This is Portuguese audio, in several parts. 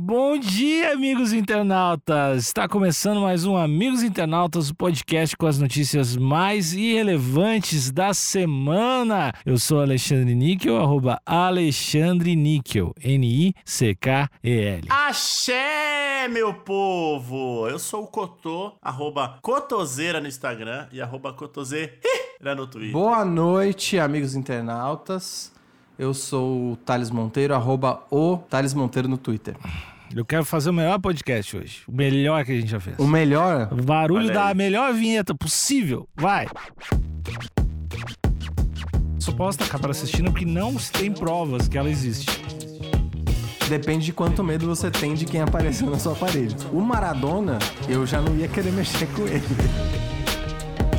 Bom dia, amigos internautas! Está começando mais um Amigos Internautas, o podcast com as notícias mais irrelevantes da semana. Eu sou Alexandre Níquel, arroba Alexandre Níquel, N-I-C-K-E-L. Axé, meu povo! Eu sou o Cotô, arroba Cotoseira no Instagram e arroba Cotoseira no Twitter. Boa noite, amigos internautas. Eu sou o Thales Monteiro, arroba o Thales Monteiro no Twitter. Eu quero fazer o melhor podcast hoje, o melhor que a gente já fez. O melhor, O barulho Olha da aí. melhor vinheta possível. Vai! Suposta acabar assistindo porque não se tem provas que ela existe. depende de quanto medo você tem de quem apareceu na sua parede. O Maradona, eu já não ia querer mexer com ele.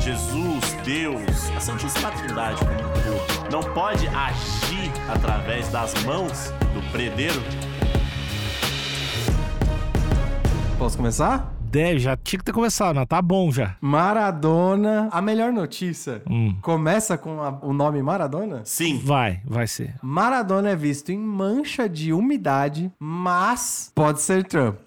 Jesus, Deus, a Santíssima Trindade como um todo, não pode agir através das mãos do predeiro? Posso começar? Deve, já tinha que ter começado, mas tá bom já. Maradona, a melhor notícia. Hum. Começa com a- o nome Maradona? Sim. Vai, vai ser. Maradona é visto em mancha de umidade, mas pode ser Trump.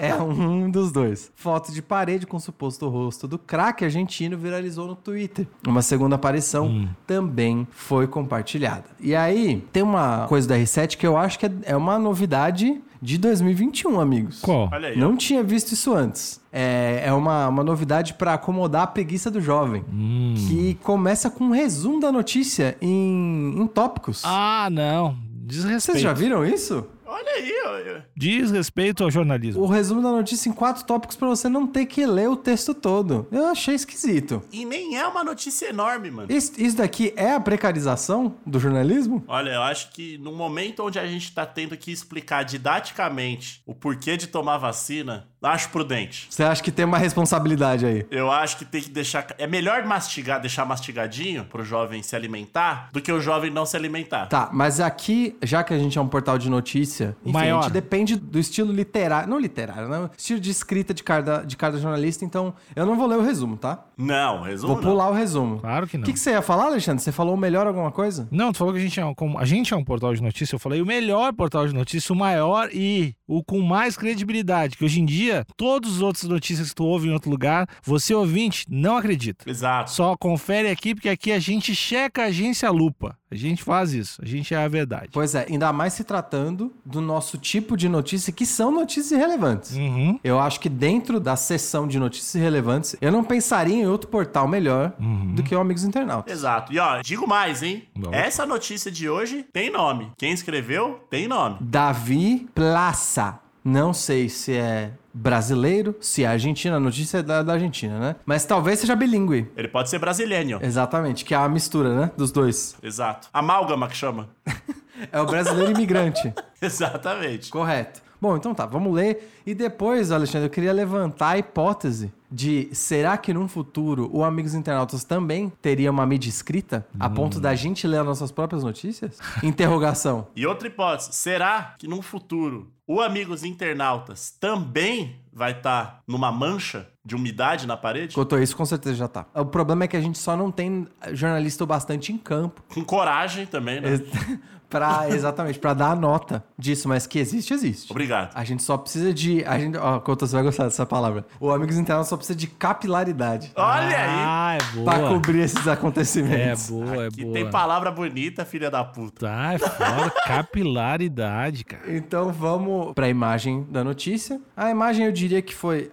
É um dos dois. Foto de parede com suposto rosto do craque argentino viralizou no Twitter. Uma segunda aparição também foi compartilhada. E aí, tem uma coisa do R7 que eu acho que é- é uma novidade de 2021, amigos. Qual? Olha aí. ó. Não tinha visto isso antes. É, é uma, uma novidade para acomodar a preguiça do jovem. Hum. Que começa com um resumo da notícia em, em tópicos. Ah, não. Vocês Desrespeito. já viram isso? Olha aí, olha. Desrespeito ao jornalismo. O resumo da notícia em quatro tópicos para você não ter que ler o texto todo. Eu achei esquisito. E nem é uma notícia enorme, mano. Isso, isso daqui é a precarização do jornalismo? Olha, eu acho que no momento onde a gente tá tendo que explicar didaticamente o porquê de tomar vacina, acho prudente. Você acha que tem uma responsabilidade aí? Eu acho que tem que deixar. É melhor mastigar, deixar mastigadinho pro jovem se alimentar do que o jovem não se alimentar. Tá, mas aqui, já que a gente é um portal de notícia, enfim, Maior. a gente depende do estilo literário. Não literário, né? Estilo de escrita de cada, de cada jornalista, então eu não vou ler o resumo, tá? Não, resumo. vou não. pular o resumo. Claro que O não. que, que você ia falar, Alexandre? Você falou melhor alguma coisa? Não, tu falou que a gente, é um, como a gente é um portal de notícia. Eu falei o melhor portal de notícia, o maior e o com mais credibilidade. Que hoje em dia, todos os outros notícias que tu ouve em outro lugar, você ouvinte, não acredita. Exato. Só confere aqui, porque aqui a gente checa a agência lupa. A gente faz isso. A gente é a verdade. Pois é, ainda mais se tratando do nosso tipo de notícia, que são notícias irrelevantes. Uhum. Eu acho que dentro da seção de notícias irrelevantes, eu não pensaria em outro portal melhor Uhum. do que o Amigos Internautas. Exato. E ó, digo mais, hein? Não. Essa notícia de hoje tem nome. Quem escreveu tem nome. Davi Plaça. Não sei se é brasileiro, se é argentino, a notícia é da, da Argentina, né? Mas talvez seja bilíngue. Ele pode ser brasileiro. Exatamente, que é a mistura, né? Dos dois. Exato. Amálgama que chama. É o brasileiro imigrante. Exatamente. Correto. Bom, então tá, vamos ler. E depois, Alexandre, eu queria levantar a hipótese de será que num futuro o Amigos Internautas também teria uma mídia escrita a ponto da gente ler as nossas próprias notícias? Interrogação. E outra hipótese, será que num futuro o Amigos Internautas também vai estar numa mancha de umidade na parede? Cotô, isso com certeza já tá. O problema é que a gente só não tem jornalista o bastante em campo Com coragem também, né? ex- pra, exatamente, pra dar a nota disso, mas que existe, existe. Obrigado. A gente só precisa de. A gente, ó, Cotô, você vai gostar dessa palavra. O Amigos Internautas só precisa de capilaridade Olha aí! Ah, é boa. pra cobrir esses É acontecimentos. boa, é Que boa. tem palavra bonita, filha da puta. Tá, é foda. Capilaridade, cara. Então vamos para a imagem da notícia. A imagem eu diria que foi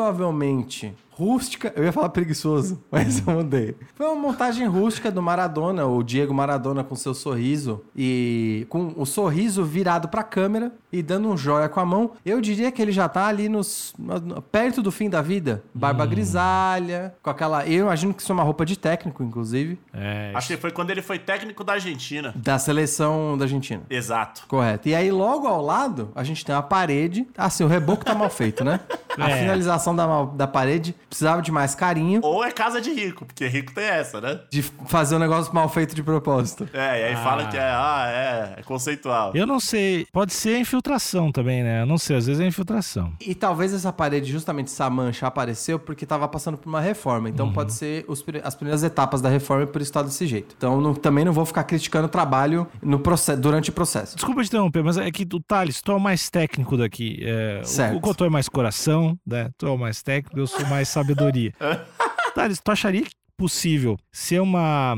razoavelmente rústica. Eu ia falar preguiçoso, mas eu mudei. Foi uma montagem rústica do Maradona, o Diego Maradona com seu sorriso e com o sorriso virado para a câmera e dando um joia com a mão. Eu diria que ele já tá ali nos perto do fim da vida, barba grisalha, com aquela, eu imagino que isso é uma roupa de técnico inclusive, É, Acho que foi quando ele foi técnico da Argentina. da seleção da Argentina. Exato. Correto. E aí, logo ao Ah, lado, a gente tem uma parede. Assim, o reboco tá mal feito, né? A É. finalização da, mal- da parede precisava de mais carinho Ou é casa de rico, porque rico tem essa, né? de fazer um negócio mal feito de propósito. É, e aí Ah. fala que é, ah, é, é conceitual. Eu não sei, pode ser infiltração também, né? Eu não sei, às vezes é infiltração. E talvez essa parede, justamente essa mancha, apareceu porque estava passando por uma reforma. Então pode ser os pri- as primeiras etapas da reforma e por isso tá desse jeito. Então não- também não vou ficar criticando o trabalho no proce- durante o processo. Desculpa te interromper, mas é que o Thales, tu é o mais técnico daqui. É, o- Certo. O Cotô é mais coração, né? Tu é o mais técnico, eu sou mais sabedoria. Thales, tu acharia possível ser uma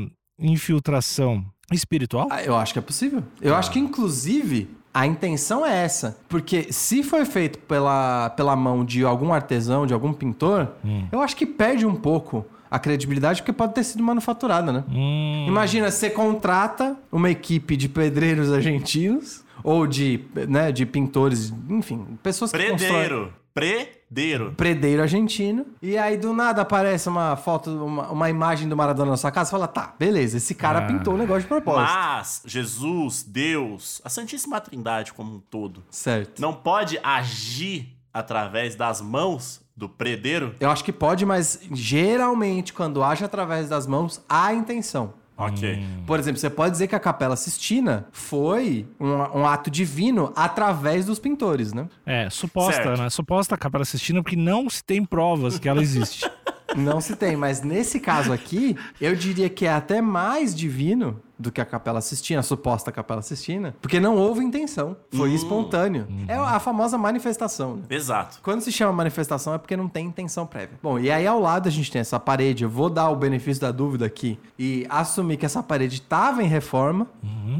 infiltração espiritual? Ah, Eu acho que é possível. Eu acho que, inclusive, a intenção é essa. Porque se foi feito pela, pela mão de algum artesão, de algum pintor, eu acho que perde um pouco a credibilidade, porque pode ter sido manufaturada, né? Hum, Imagina, você contrata uma equipe de pedreiros argentinos ou de, né, de pintores, enfim, pessoas que constroem... Predeiro. Predeiro. Predeiro argentino. E aí, do nada, aparece uma foto, uma, uma imagem do Maradona na sua casa. Você fala, tá, beleza, esse cara Ah. pintou o negócio de propósito. Mas Jesus, Deus, a Santíssima Trindade como um todo, Certo. não pode agir através das mãos do predeiro? Eu acho que pode, mas geralmente, quando age através das mãos, há intenção. Ok. Hum. Por exemplo, você pode dizer que a Capela Sistina foi um, um ato divino através dos pintores, né? É, suposta, Certo. né? Suposta Capela Sistina, porque não se tem provas que ela existe. Não se tem, mas nesse caso aqui, eu diria que é até mais divino do que a Capela Sistina, a suposta Capela Sistina, porque não houve intenção, foi Hum. espontâneo. É a famosa manifestação, né? Exato. Quando se chama manifestação é porque não tem intenção prévia. Bom, e aí ao lado a gente tem essa parede. Eu vou dar o benefício da dúvida aqui e assumir que essa parede estava em reforma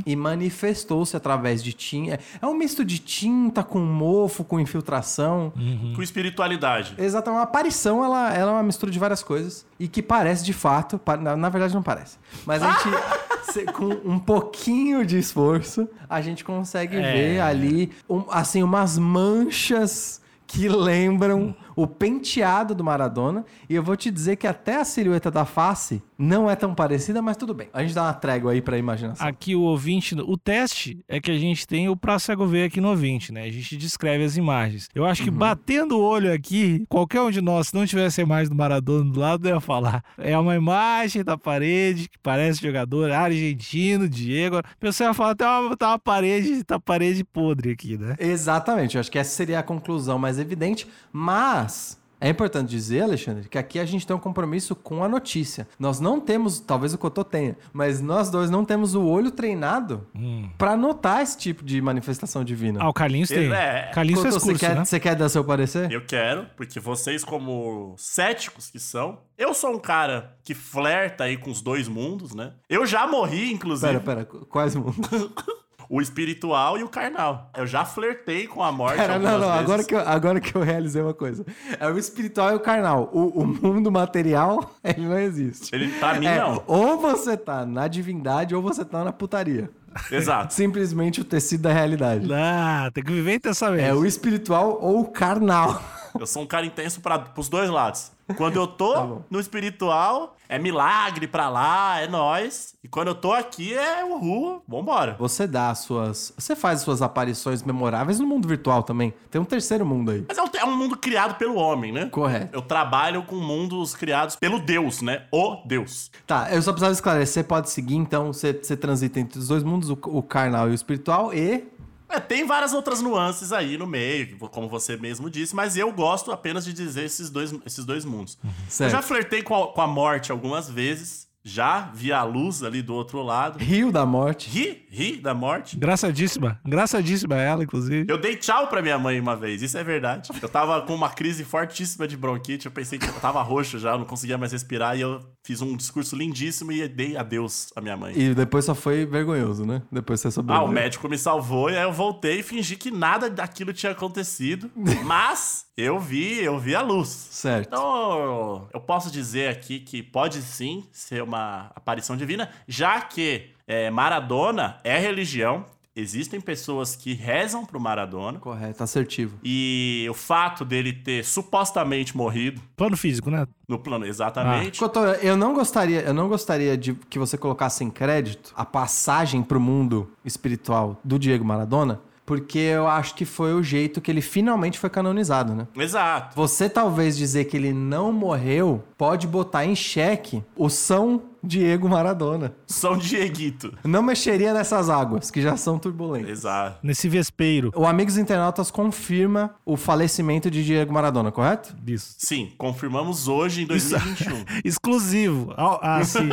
e manifestou-se através de tinta. É um misto de tinta com mofo, com infiltração. Uhum. Com espiritualidade. Exatamente. é Uma aparição, ela, ela é uma mistura de várias coisas. E que parece, de fato... pa- Na, na verdade, não parece. Mas a gente... se- com um pouquinho de esforço, a gente consegue É. ver ali, um- assim, umas manchas que lembram o penteado do Maradona. E eu vou te dizer que até a silhueta da face não é tão parecida, mas tudo bem. A gente dá uma trégua aí pra imaginação. Aqui o ouvinte, o teste é que a gente tem o pra cego ver aqui no ouvinte, né? A gente descreve as imagens. Eu acho que Uhum. batendo o olho aqui, qualquer um de nós, se não tivesse a imagem do Maradona do lado, ia falar. É uma imagem da parede que parece jogador argentino, Diego. A pessoa ia falar, tá uma, tá uma parede, tá parede podre aqui, né? Exatamente, eu acho que essa seria a conclusão mais evidente, mas é importante dizer, Alexandre, que aqui a gente tem um compromisso com a notícia. Nós não temos, talvez o Cotô tenha, mas nós dois não temos o olho treinado Hum. pra notar esse tipo de manifestação divina. Ah, o Carlinhos tem. É, Carlinhos Cotô, fez você curso, quer, né? você quer dar seu parecer? Eu quero, porque vocês, como céticos que são, eu sou um cara que flerta aí com os dois mundos, né? Eu já morri, inclusive, Pera, pera, qu- quais mundo? o espiritual e o carnal. Eu já flertei com a morte. Pera, não, algumas não, vezes. agora que, eu, agora que eu realizei uma coisa. É o espiritual e o carnal. O, o mundo material, ele não existe. Ele, pra mim, É, não. ou você tá na divindade ou você tá na putaria. Exato. simplesmente o tecido da realidade. Ah, tem que viver intensamente. É o espiritual ou o carnal. Eu sou um cara intenso pra, pros dois lados. Quando eu tô Tá bom. no espiritual, é milagre pra lá, é nós. E quando eu tô aqui, é o rua, vambora. Você dá as suas. Você faz as suas aparições memoráveis no mundo virtual também. Tem um terceiro mundo aí. Mas é um, é um mundo criado pelo homem, né? Correto. Eu trabalho com mundos criados pelo Deus, né? O Deus. Tá, eu só precisava esclarecer. Você pode seguir, então. Você, você transita entre os dois mundos, o, o carnal e o espiritual. E. É, tem várias outras nuances aí no meio, como você mesmo disse, mas eu gosto apenas de dizer esses dois, esses dois mundos. Eu Certo. já flertei com a, com a morte algumas vezes, já vi a luz ali do outro lado. Rio da morte. Ri, ri da morte. Engraçadíssima. Engraçadíssima ela, inclusive. Eu dei tchau pra minha mãe uma vez, isso é verdade. Eu tava com uma crise fortíssima de bronquite, eu pensei que eu tava roxo já, eu não conseguia mais respirar, e eu fiz um discurso lindíssimo e dei adeus à minha mãe. E depois só foi vergonhoso, né? Depois você sobreviveu. Ah, o médico me salvou e aí eu voltei e fingi que nada daquilo tinha acontecido. Mas eu vi, eu vi a luz. Certo. Então, eu posso dizer aqui que pode sim ser uma aparição divina, já que é, Maradona é religião, existem pessoas que rezam pro Maradona. Correto, assertivo. E o fato dele ter supostamente morrido Plano físico, né? no plano exatamente. Cotô, eu não gostaria, eu não gostaria de que você colocasse em crédito a passagem pro mundo espiritual do Diego Maradona, porque eu acho que foi o jeito que ele finalmente foi canonizado, né? Exato. Você talvez dizer que ele não morreu pode botar em xeque o São Diego Maradona. São Dieguito. Não mexeria nessas águas, que já são turbulentas. Exato. Nesse vespeiro. O Amigos Internautas confirma o falecimento de Diego Maradona, correto? Isso. Sim, confirmamos hoje em 2021. Exclusivo. Ao- Ah, sim.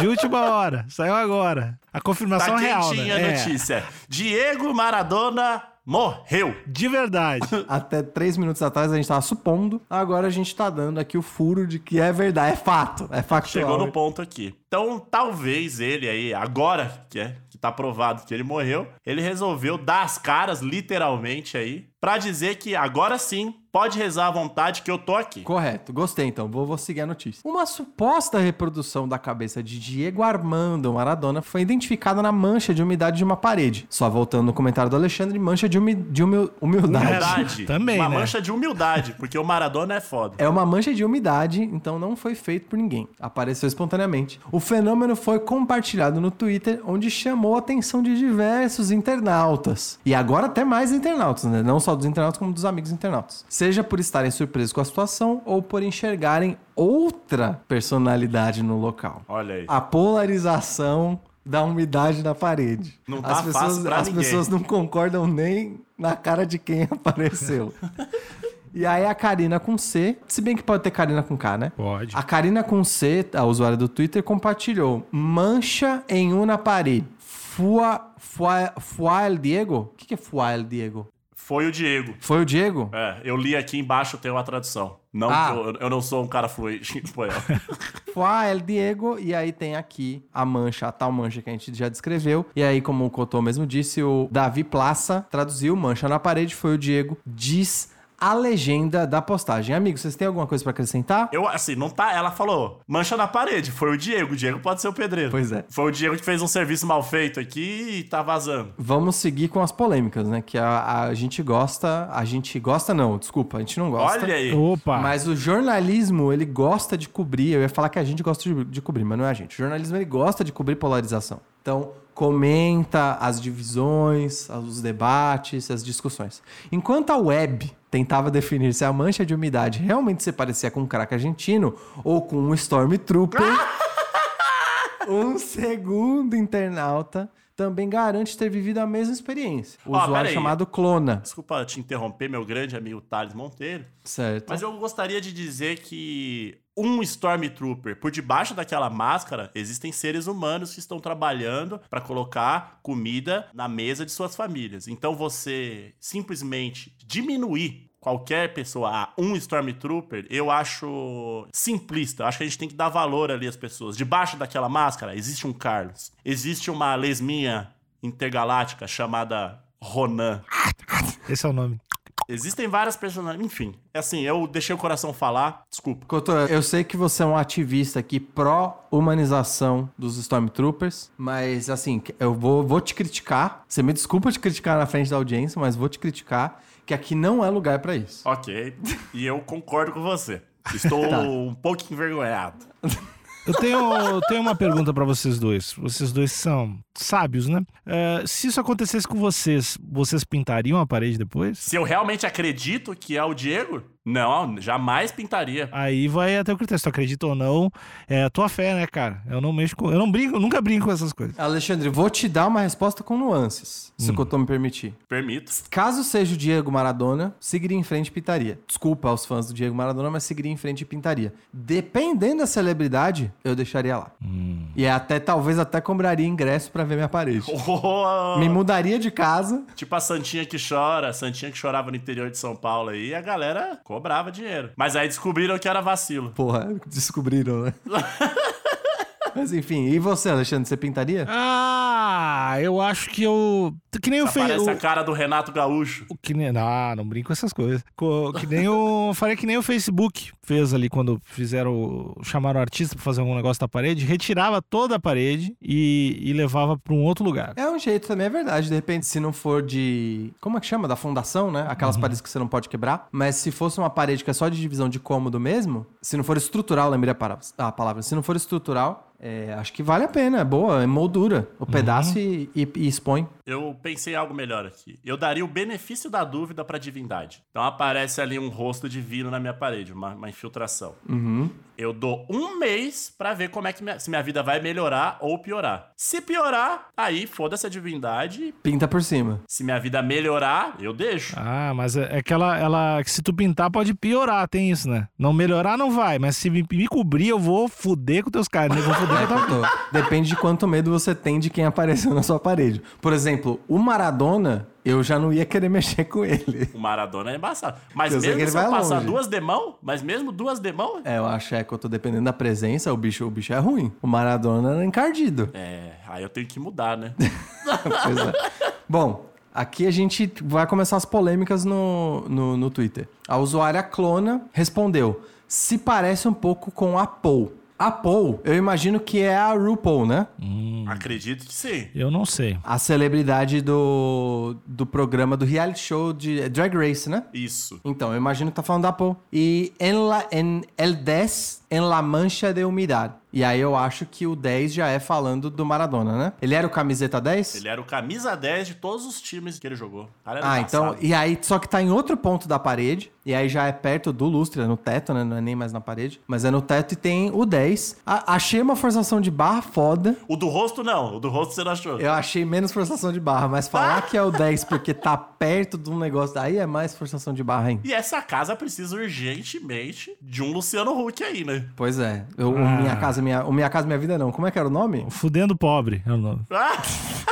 De última hora. Saiu agora. A confirmação Tá real, quentinha né? a É. notícia. Diego Maradona morreu. De verdade. Até três minutos atrás a gente tava supondo, agora a gente tá dando aqui o furo de que é verdade, é fato, é factual. Chegou no ponto aqui. Então, talvez ele aí, agora que, é, que tá provado que ele morreu, ele resolveu dar as caras, literalmente aí, pra dizer que agora sim pode rezar à vontade que eu tô aqui. Correto, gostei então, vou, vou seguir a notícia. Uma suposta reprodução da cabeça de Diego Armando Maradona foi identificada na mancha de umidade de uma parede. Só voltando no comentário do Alexandre, mancha de, humi de humil- humildade. Humildade. Também, Uma né? mancha de humildade, porque o Maradona é foda. É uma mancha de umidade, então não foi feito por ninguém. Apareceu espontaneamente. O fenômeno foi compartilhado no Twitter, onde chamou a atenção de diversos internautas. E agora até mais internautas, né? Não só dos internautas, como dos amigos internautas. Seja por estarem surpresos com a situação ou por enxergarem outra personalidade no local. Olha aí. A polarização da umidade na parede. Não as tá pessoas, fácil pra As ninguém. pessoas não concordam nem na cara de quem apareceu. e aí a Karina com C, se bem que pode ter Karina com K, né? Pode. A Karina com C, a usuária do Twitter, compartilhou mancha em uma parede. Fua, fua, fua el Diego? O que, que é fua el Diego? Foi o Diego. Foi o Diego? É, eu li aqui embaixo, tem uma tradução. Não Ah. que eu, eu não sou um cara fluente em espanhol. Fua El Diego, e aí tem aqui a mancha, a tal mancha que a gente já descreveu. E aí, como o Cotô mesmo disse, o Davi Plaça traduziu mancha na parede, foi o Diego, diz a legenda da postagem. Amigos, vocês têm alguma coisa pra acrescentar? eu, assim, não tá. Ela falou, mancha na parede. Foi o Diego. O Diego pode ser o pedreiro. Pois é. Foi o Diego que fez um serviço mal feito aqui e tá vazando. Vamos seguir com as polêmicas, né? Que a, a gente gosta. A gente gosta, não, desculpa, a gente não gosta. Olha aí. Opa. Mas o jornalismo, ele gosta de cobrir. Eu ia falar que a gente gosta de, de cobrir, mas não é a gente. O jornalismo, ele gosta de cobrir polarização. Então, comenta as divisões, as- os debates, as discussões. Enquanto a web tentava definir se a mancha de umidade realmente se parecia com um craque argentino ou com um Stormtrooper, um segundo internauta também garante ter vivido a mesma experiência. O Ó, usuário peraí. chamado Clona. Desculpa te interromper, meu grande amigo Thales Monteiro. Certo. Mas eu gostaria de dizer que um Stormtrooper, por debaixo daquela máscara, existem seres humanos que estão trabalhando para colocar comida na mesa de suas famílias. Então você simplesmente diminuir qualquer pessoa a um Stormtrooper, eu acho simplista. Eu acho que a gente tem que dar valor ali às pessoas. Debaixo daquela máscara existe um Carlos, existe uma lesminha intergaláctica chamada Ronan. Esse é o nome. Existem várias personagens. Enfim, é assim, eu deixei o coração falar. Desculpa. Couto, eu sei que você é um ativista aqui pró-humanização dos Stormtroopers, mas assim, eu vou, vou te criticar. Você me desculpa te criticar na frente da audiência, mas vou te criticar que aqui não é lugar pra isso. Ok. E eu concordo com você. Estou Tá. um pouco envergonhado. Eu tenho, eu tenho uma pergunta pra vocês dois. Vocês dois são sábios, né? Eh, se isso acontecesse com vocês, vocês pintariam a parede depois? Se eu realmente acredito que é o Diego, não, jamais pintaria. Aí vai até o critério, se tu acredita ou não, é a tua fé, né, cara? Eu não mexo com. Eu não brinco, nunca brinco com essas coisas. Alexandre, vou te dar uma resposta com nuances, se Hum. o Cotô me permitir. Permito. Caso seja o Diego Maradona, seguiria em frente e pintaria. Desculpa aos fãs do Diego Maradona, mas seguiria em frente e pintaria. Dependendo da celebridade, eu deixaria lá. E é até talvez até compraria ingresso pra ver minha parede. Oh, Me mudaria de casa tipo a Santinha que chora, a Santinha que chorava no interior de São Paulo aí, a galera cobrava dinheiro. Mas aí descobriram que era vacilo. Porra, descobriram, né? Mas enfim, e você, Alexandre, você pintaria? Ah, eu acho que eu. Que nem o Fe- Aparece o- a cara do Renato Gaúcho. O Que nem, ah, não brinco com essas coisas. Co- Que nem o, faria que nem o Facebook fez ali quando fizeram, o- chamaram o artista pra fazer algum negócio da parede, retirava toda a parede e, e levava pra um outro lugar. É um jeito também, é verdade. De repente, se não for de. Como é que chama? Da fundação, né? Aquelas paredes que você não pode quebrar. Mas se fosse uma parede que é só de divisão de cômodo mesmo, se não for estrutural, lembrei a para- a palavra. Se não for estrutural, É, acho que vale a pena, é boa, é moldura. O pedaço e, e- e expõe. Eu pensei em algo melhor aqui. Eu daria o benefício da dúvida pra divindade. Então aparece ali um rosto divino na minha parede, uma, uma infiltração. Uhum. Eu dou um mês pra ver como é que minha- se minha vida vai melhorar ou piorar. Se piorar, aí foda-se a divindade. Pinta por cima. Se minha vida melhorar, eu deixo. Ah, mas é é que ela, ela. que Se tu pintar, pode piorar, tem isso, né? Não melhorar, não vai. Mas se me, me cobrir, eu vou fuder com teus caras. né? Eu vou fuder com É, tua- Totô, Depende de quanto medo você tem de quem apareceu na sua parede. Por exemplo, o Maradona, eu já não ia querer mexer com ele. O Maradona é embaçado. Mas Eu sei que mesmo ele se eu vai passar longe. duas demão, mas mesmo duas demão, É, eu acho é que eu tô dependendo da presença, o bicho, o bicho é ruim. O Maradona era encardido. é, aí eu tenho que mudar, né? Pois é. Bom, aqui a gente vai começar as polêmicas no, no, no Twitter. A usuária Clona respondeu: se parece um pouco com a Paul. A Paul, eu imagino que é a RuPaul, né? Acredito que sim. Eu não sei. A celebridade do, do programa, do reality show de é Drag Race, né? Isso. Então, eu imagino que tá falando da Paul. E en la, en el 10 en la mancha de humildade. E aí eu acho que o 10 já é falando do Maradona, né? Ele era o camiseta 10? Ele era o camisa 10 de todos os times que ele jogou. O cara era Ah, embaçado. então. E aí, só que tá em outro ponto da parede. E aí já é perto do lustre, é no teto, né? Não é nem mais na parede. Mas é no teto e tem o 10. A- achei uma forçação de barra foda. O do rosto, não. O do rosto você não achou. Eu achei menos forçação de barra, mas falar que é o 10 porque tá perto de um negócio daí é mais forçação de barra ainda. E essa casa precisa urgentemente de um Luciano Huck aí, né? Pois é. Eu- o Ah. Minha Casa Minha, o minha Casa Minha Vida não. Como é que era o nome? Fudendo pobre é o nome. Ah!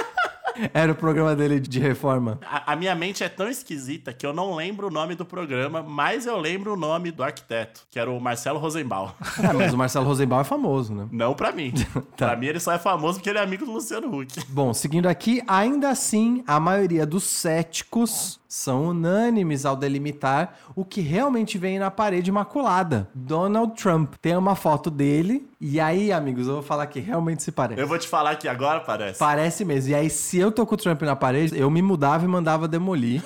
Era o programa dele de reforma. A, a minha mente é tão esquisita que eu não lembro o nome do programa, mas eu lembro o nome do arquiteto, que era o Marcelo Rosenbaum. É, mas o Marcelo Rosenbaum é famoso, né? Não pra mim. Pra mim ele só é famoso porque ele é amigo do Luciano Huck. Bom, seguindo aqui, ainda assim, a maioria dos céticos são unânimes ao delimitar o que realmente vem na parede maculada. Donald Trump tem uma foto dele, e aí, amigos, eu vou falar que realmente se parece. Eu vou te falar aqui agora, parece. Parece mesmo. E aí, se eu tô com o Trump na parede, eu me mudava e mandava demolir.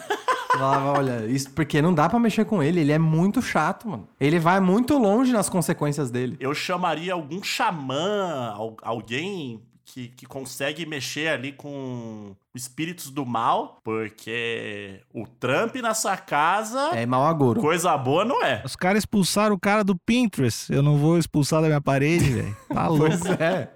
Falava, olha, isso porque não dá pra mexer com ele, ele é muito chato, mano. Ele vai muito longe nas consequências dele. Eu chamaria algum xamã, al- alguém que, que consegue mexer ali com espíritos do mal, porque o Trump na sua casa, É mau agouro. coisa boa não é. Os caras expulsaram o cara do Pinterest. Eu não vou expulsar da minha parede, velho. Tá louco. Pois é.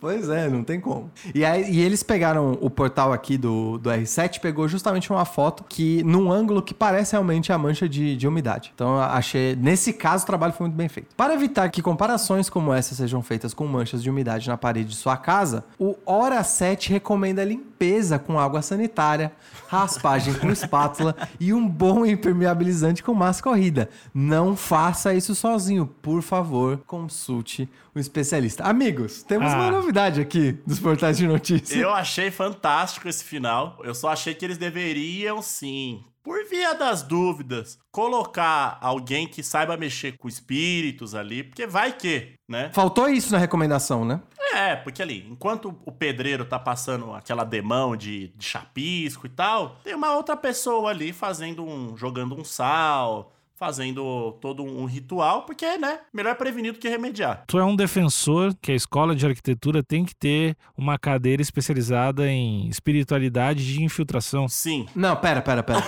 Pois é, não tem como. E, aí, e eles pegaram o portal aqui do, do R7, pegou justamente uma foto que, num ângulo que parece realmente a mancha de, de umidade. Então, eu achei. Nesse caso, o trabalho foi muito bem feito. Para evitar que comparações como essa sejam feitas com manchas de umidade na parede de sua casa, o Hora 7 recomenda limpeza com água sanitária, raspagem com espátula e um bom impermeabilizante com massa corrida. Não faça isso sozinho, por favor, consulte um especialista. Amigos, temos Ah. uma novidade aqui dos portais de notícias. Eu achei fantástico esse final. Eu só achei que eles deveriam, sim, por via das dúvidas, colocar alguém que saiba mexer com espíritos ali, porque vai que, né? Faltou isso na recomendação, né? É, porque ali, enquanto o pedreiro tá passando aquela demão de, de chapisco e tal, tem uma outra pessoa ali fazendo um. jogando um sal, fazendo todo um ritual, porque, né? Melhor prevenir do que remediar. Tu é um defensor que a escola de arquitetura tem que ter uma cadeira especializada em espiritualidade de infiltração. Sim. Não, pera, pera, pera.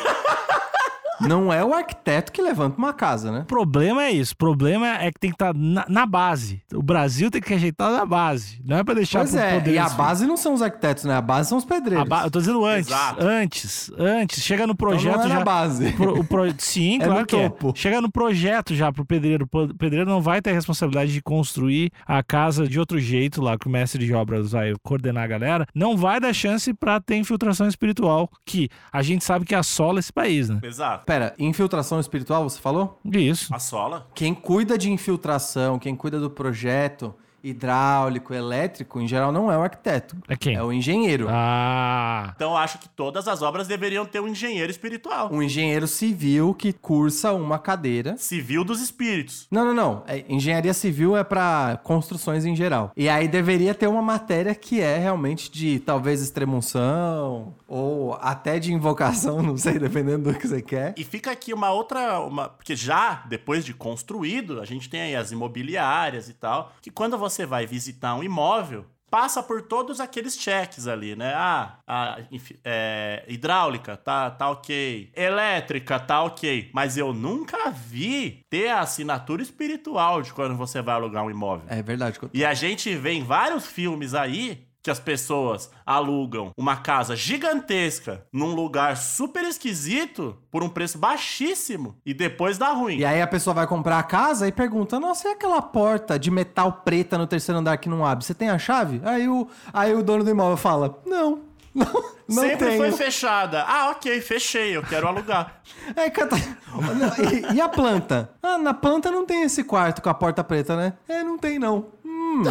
Não é o arquiteto que levanta uma casa, né? O problema é isso. O problema é que tem que estar na, na base. O Brasil tem que ajeitar na base. Não é pra deixar Pois pro é, poder e a esse- base não são os arquitetos, né? A base são os A pedreiros. ba- Eu tô dizendo antes, Exato. antes, antes. Chega no Então projeto não é já. na base. Pro- o pro- Sim, É claro no que é. topo. Chega no projeto já pro pedreiro. O pedreiro não vai ter a responsabilidade de construir a casa de outro jeito lá, que o mestre de obras vai coordenar a galera. Não vai dar chance pra ter infiltração espiritual, que a gente sabe que assola esse país, né? Exato. Pera, infiltração espiritual, você falou? Isso. A sola? Quem cuida de infiltração, quem cuida do projeto hidráulico, elétrico, em geral não é o arquiteto. É quem? É o engenheiro. Ah. Então eu acho que todas as obras deveriam ter um engenheiro espiritual. Um engenheiro civil que cursa uma cadeira. Civil dos espíritos. Não, não, não. É, engenharia civil é pra construções em geral. E aí deveria ter uma matéria que é realmente de talvez extremunção ou até de invocação, não sei, dependendo do que você quer. E fica aqui uma outra. Uma, porque já, depois de construído, a gente tem aí as imobiliárias e tal. Que quando você você vai visitar um imóvel, passa por todos aqueles cheques ali, né? Ah, a, infi- é, hidráulica, tá, tá ok. Elétrica, tá ok. Mas eu nunca vi ter a assinatura espiritual de quando você vai alugar um imóvel. É verdade. E a gente vê em vários filmes aí que as pessoas alugam uma casa gigantesca num lugar super esquisito por um preço baixíssimo e depois dá ruim. E aí a pessoa vai comprar a casa e pergunta: Nossa, e aquela porta de metal preta no terceiro andar que não abre? Você tem a chave? Aí o, aí o dono do imóvel fala: Não, não, não Sempre tenho. foi fechada. Ah, ok, fechei, eu quero alugar. Aí, cata- É, Não, e, e a planta? Ah, na planta não tem esse quarto com a porta preta, né? É, não tem não. Hum.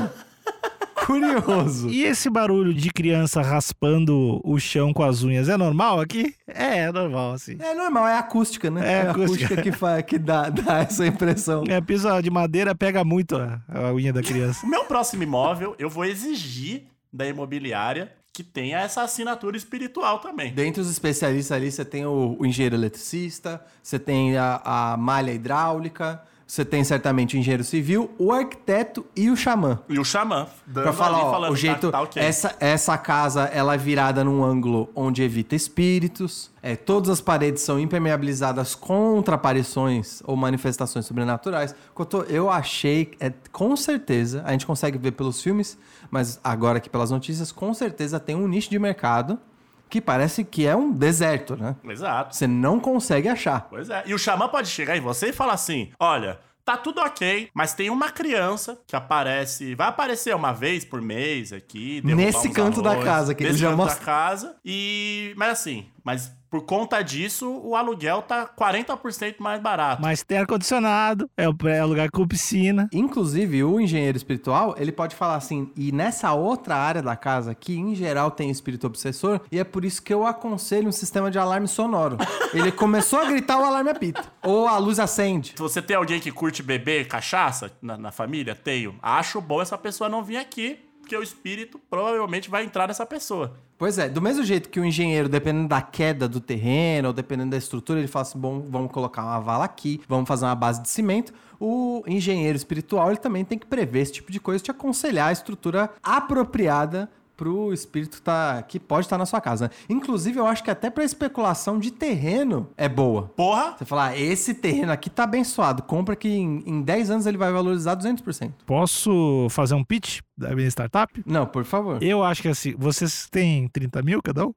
Curioso. E esse barulho de criança raspando o chão com as unhas é normal aqui? É, é normal, assim. É normal, é acústica, né? É a acústica que, fa... que dá, dá essa impressão. É, piso de madeira pega muito a, a unha da criança. O meu próximo imóvel, eu vou exigir da imobiliária que tenha essa assinatura espiritual também. Dentre os especialistas ali, você tem o, o engenheiro eletricista, você tem a, a malha hidráulica, você tem certamente o engenheiro civil, o arquiteto e o xamã. E o xamã. Pra dando falar, ali, ó, falando, o jeito. é Tá, tá ok. essa, essa casa ela é virada num ângulo onde evita espíritos. É, todas as paredes são impermeabilizadas contra aparições ou manifestações sobrenaturais. Cotô, eu achei, é, com certeza, a gente consegue ver pelos filmes, mas agora aqui pelas notícias, com certeza tem um nicho de mercado que parece que é um deserto, né? Exato. Você não consegue achar. Pois é. E o xamã pode chegar em você e falar assim: olha. Tá tudo ok, mas tem uma criança que aparece, vai aparecer uma vez por mês aqui. derrubar Nesse uns canto da arroz, casa, que ele nesse já canto mostra- da casa. E, mas assim, mas por conta disso, o aluguel tá 40% mais barato. Mas tem ar-condicionado, é o pré- é o lugar com piscina. Inclusive, o engenheiro espiritual, ele pode falar assim, e nessa outra área da casa que em geral tem espírito obsessor, e é por isso que eu aconselho um sistema de alarme sonoro. Ele começou a gritar, o alarme apita. Ou a luz acende. Se você tem alguém que curte beber cachaça na, na família, tenho. Acho bom essa pessoa não vir aqui, porque o espírito provavelmente vai entrar nessa pessoa. Pois é, do mesmo jeito que o engenheiro, dependendo da queda do terreno, ou dependendo da estrutura, ele fala assim: bom, vamos colocar uma vala aqui, vamos fazer uma base de cimento. O engenheiro espiritual, ele também tem que prever esse tipo de coisa, te aconselhar a estrutura apropriada pro espírito tá, que pode estar na sua casa. né? Inclusive, eu acho que até pra especulação de terreno é boa. Porra! Você fala, "Ah, esse terreno aqui tá abençoado, compra que em, em 10 anos ele vai valorizar 200%. Posso fazer um pitch da minha startup? Não, por favor. Eu acho que assim, vocês têm 30 mil cada um?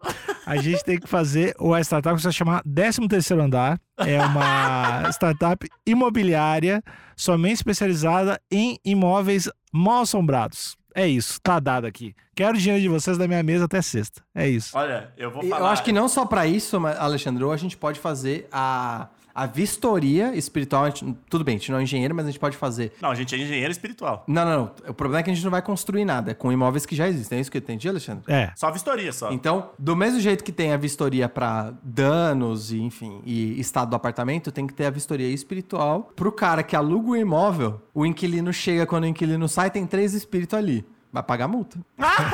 A gente tem que fazer uma startup que se chama 13º Andar. É uma startup imobiliária somente especializada em imóveis mal assombrados. É isso, tá dado aqui. Quero dinheiro de vocês da minha mesa até sexta. É isso. Olha, eu vou falar. Eu acho que não só pra isso, mas, Alexandre, ou a gente pode fazer a, a vistoria espiritual. A gente- tudo bem, a gente não é engenheiro, mas a gente pode fazer. Não, a gente é engenheiro espiritual. Não, não, não. O problema é que a gente não vai construir nada, é com imóveis que já existem. É isso que eu entendi, Alexandre? É. Só vistoria, só. Então, do mesmo jeito que tem a vistoria pra danos e, enfim, e estado do apartamento, tem que ter a vistoria espiritual pro cara que aluga o imóvel. O inquilino chega quando o inquilino sai, tem três espíritos ali. Vai pagar multa.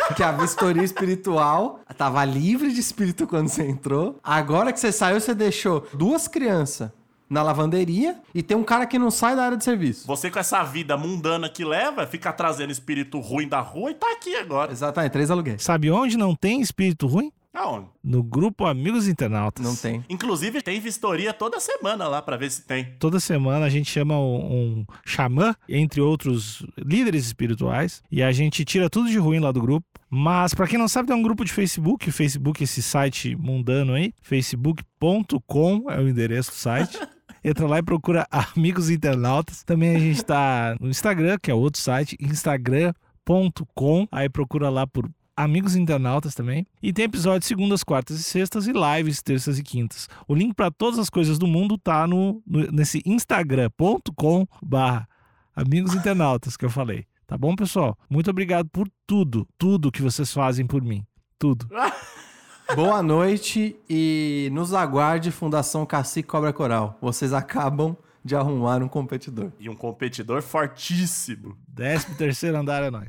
Porque a vistoria espiritual tava livre de espírito quando você entrou. Agora que você saiu, você deixou duas crianças na lavanderia e tem um cara que não sai da área de serviço. Você com essa vida mundana que leva, fica trazendo espírito ruim da rua e tá aqui agora. Exatamente, três aluguéis. Sabe onde não tem espírito ruim? Aonde? No grupo Amigos Internautas. Não tem. Inclusive, tem vistoria toda semana lá pra ver se tem. Toda semana a gente chama um, um xamã, entre outros líderes espirituais, e a gente tira tudo de ruim lá do grupo. Mas, pra quem não sabe, tem um grupo de Facebook, Facebook, esse site mundano aí, facebook.com é o endereço do site. Entra lá e procura Amigos Internautas. Também a gente tá no Instagram, que é outro site, instagram.com. Aí procura lá por Amigos Internautas também. E tem episódios segundas, quartas e sextas e lives terças e quintas. O link para todas as coisas do mundo tá no, no- nesse instagram.com barra Amigos Internautas que eu falei. Tá bom, pessoal? Muito obrigado por tudo, tudo que vocês fazem por mim. Tudo. Boa noite e nos aguarde Fundação Cacique Cobra Coral. Vocês acabam de arrumar um competidor. E um competidor fortíssimo. 13 terceiro andar é nóis.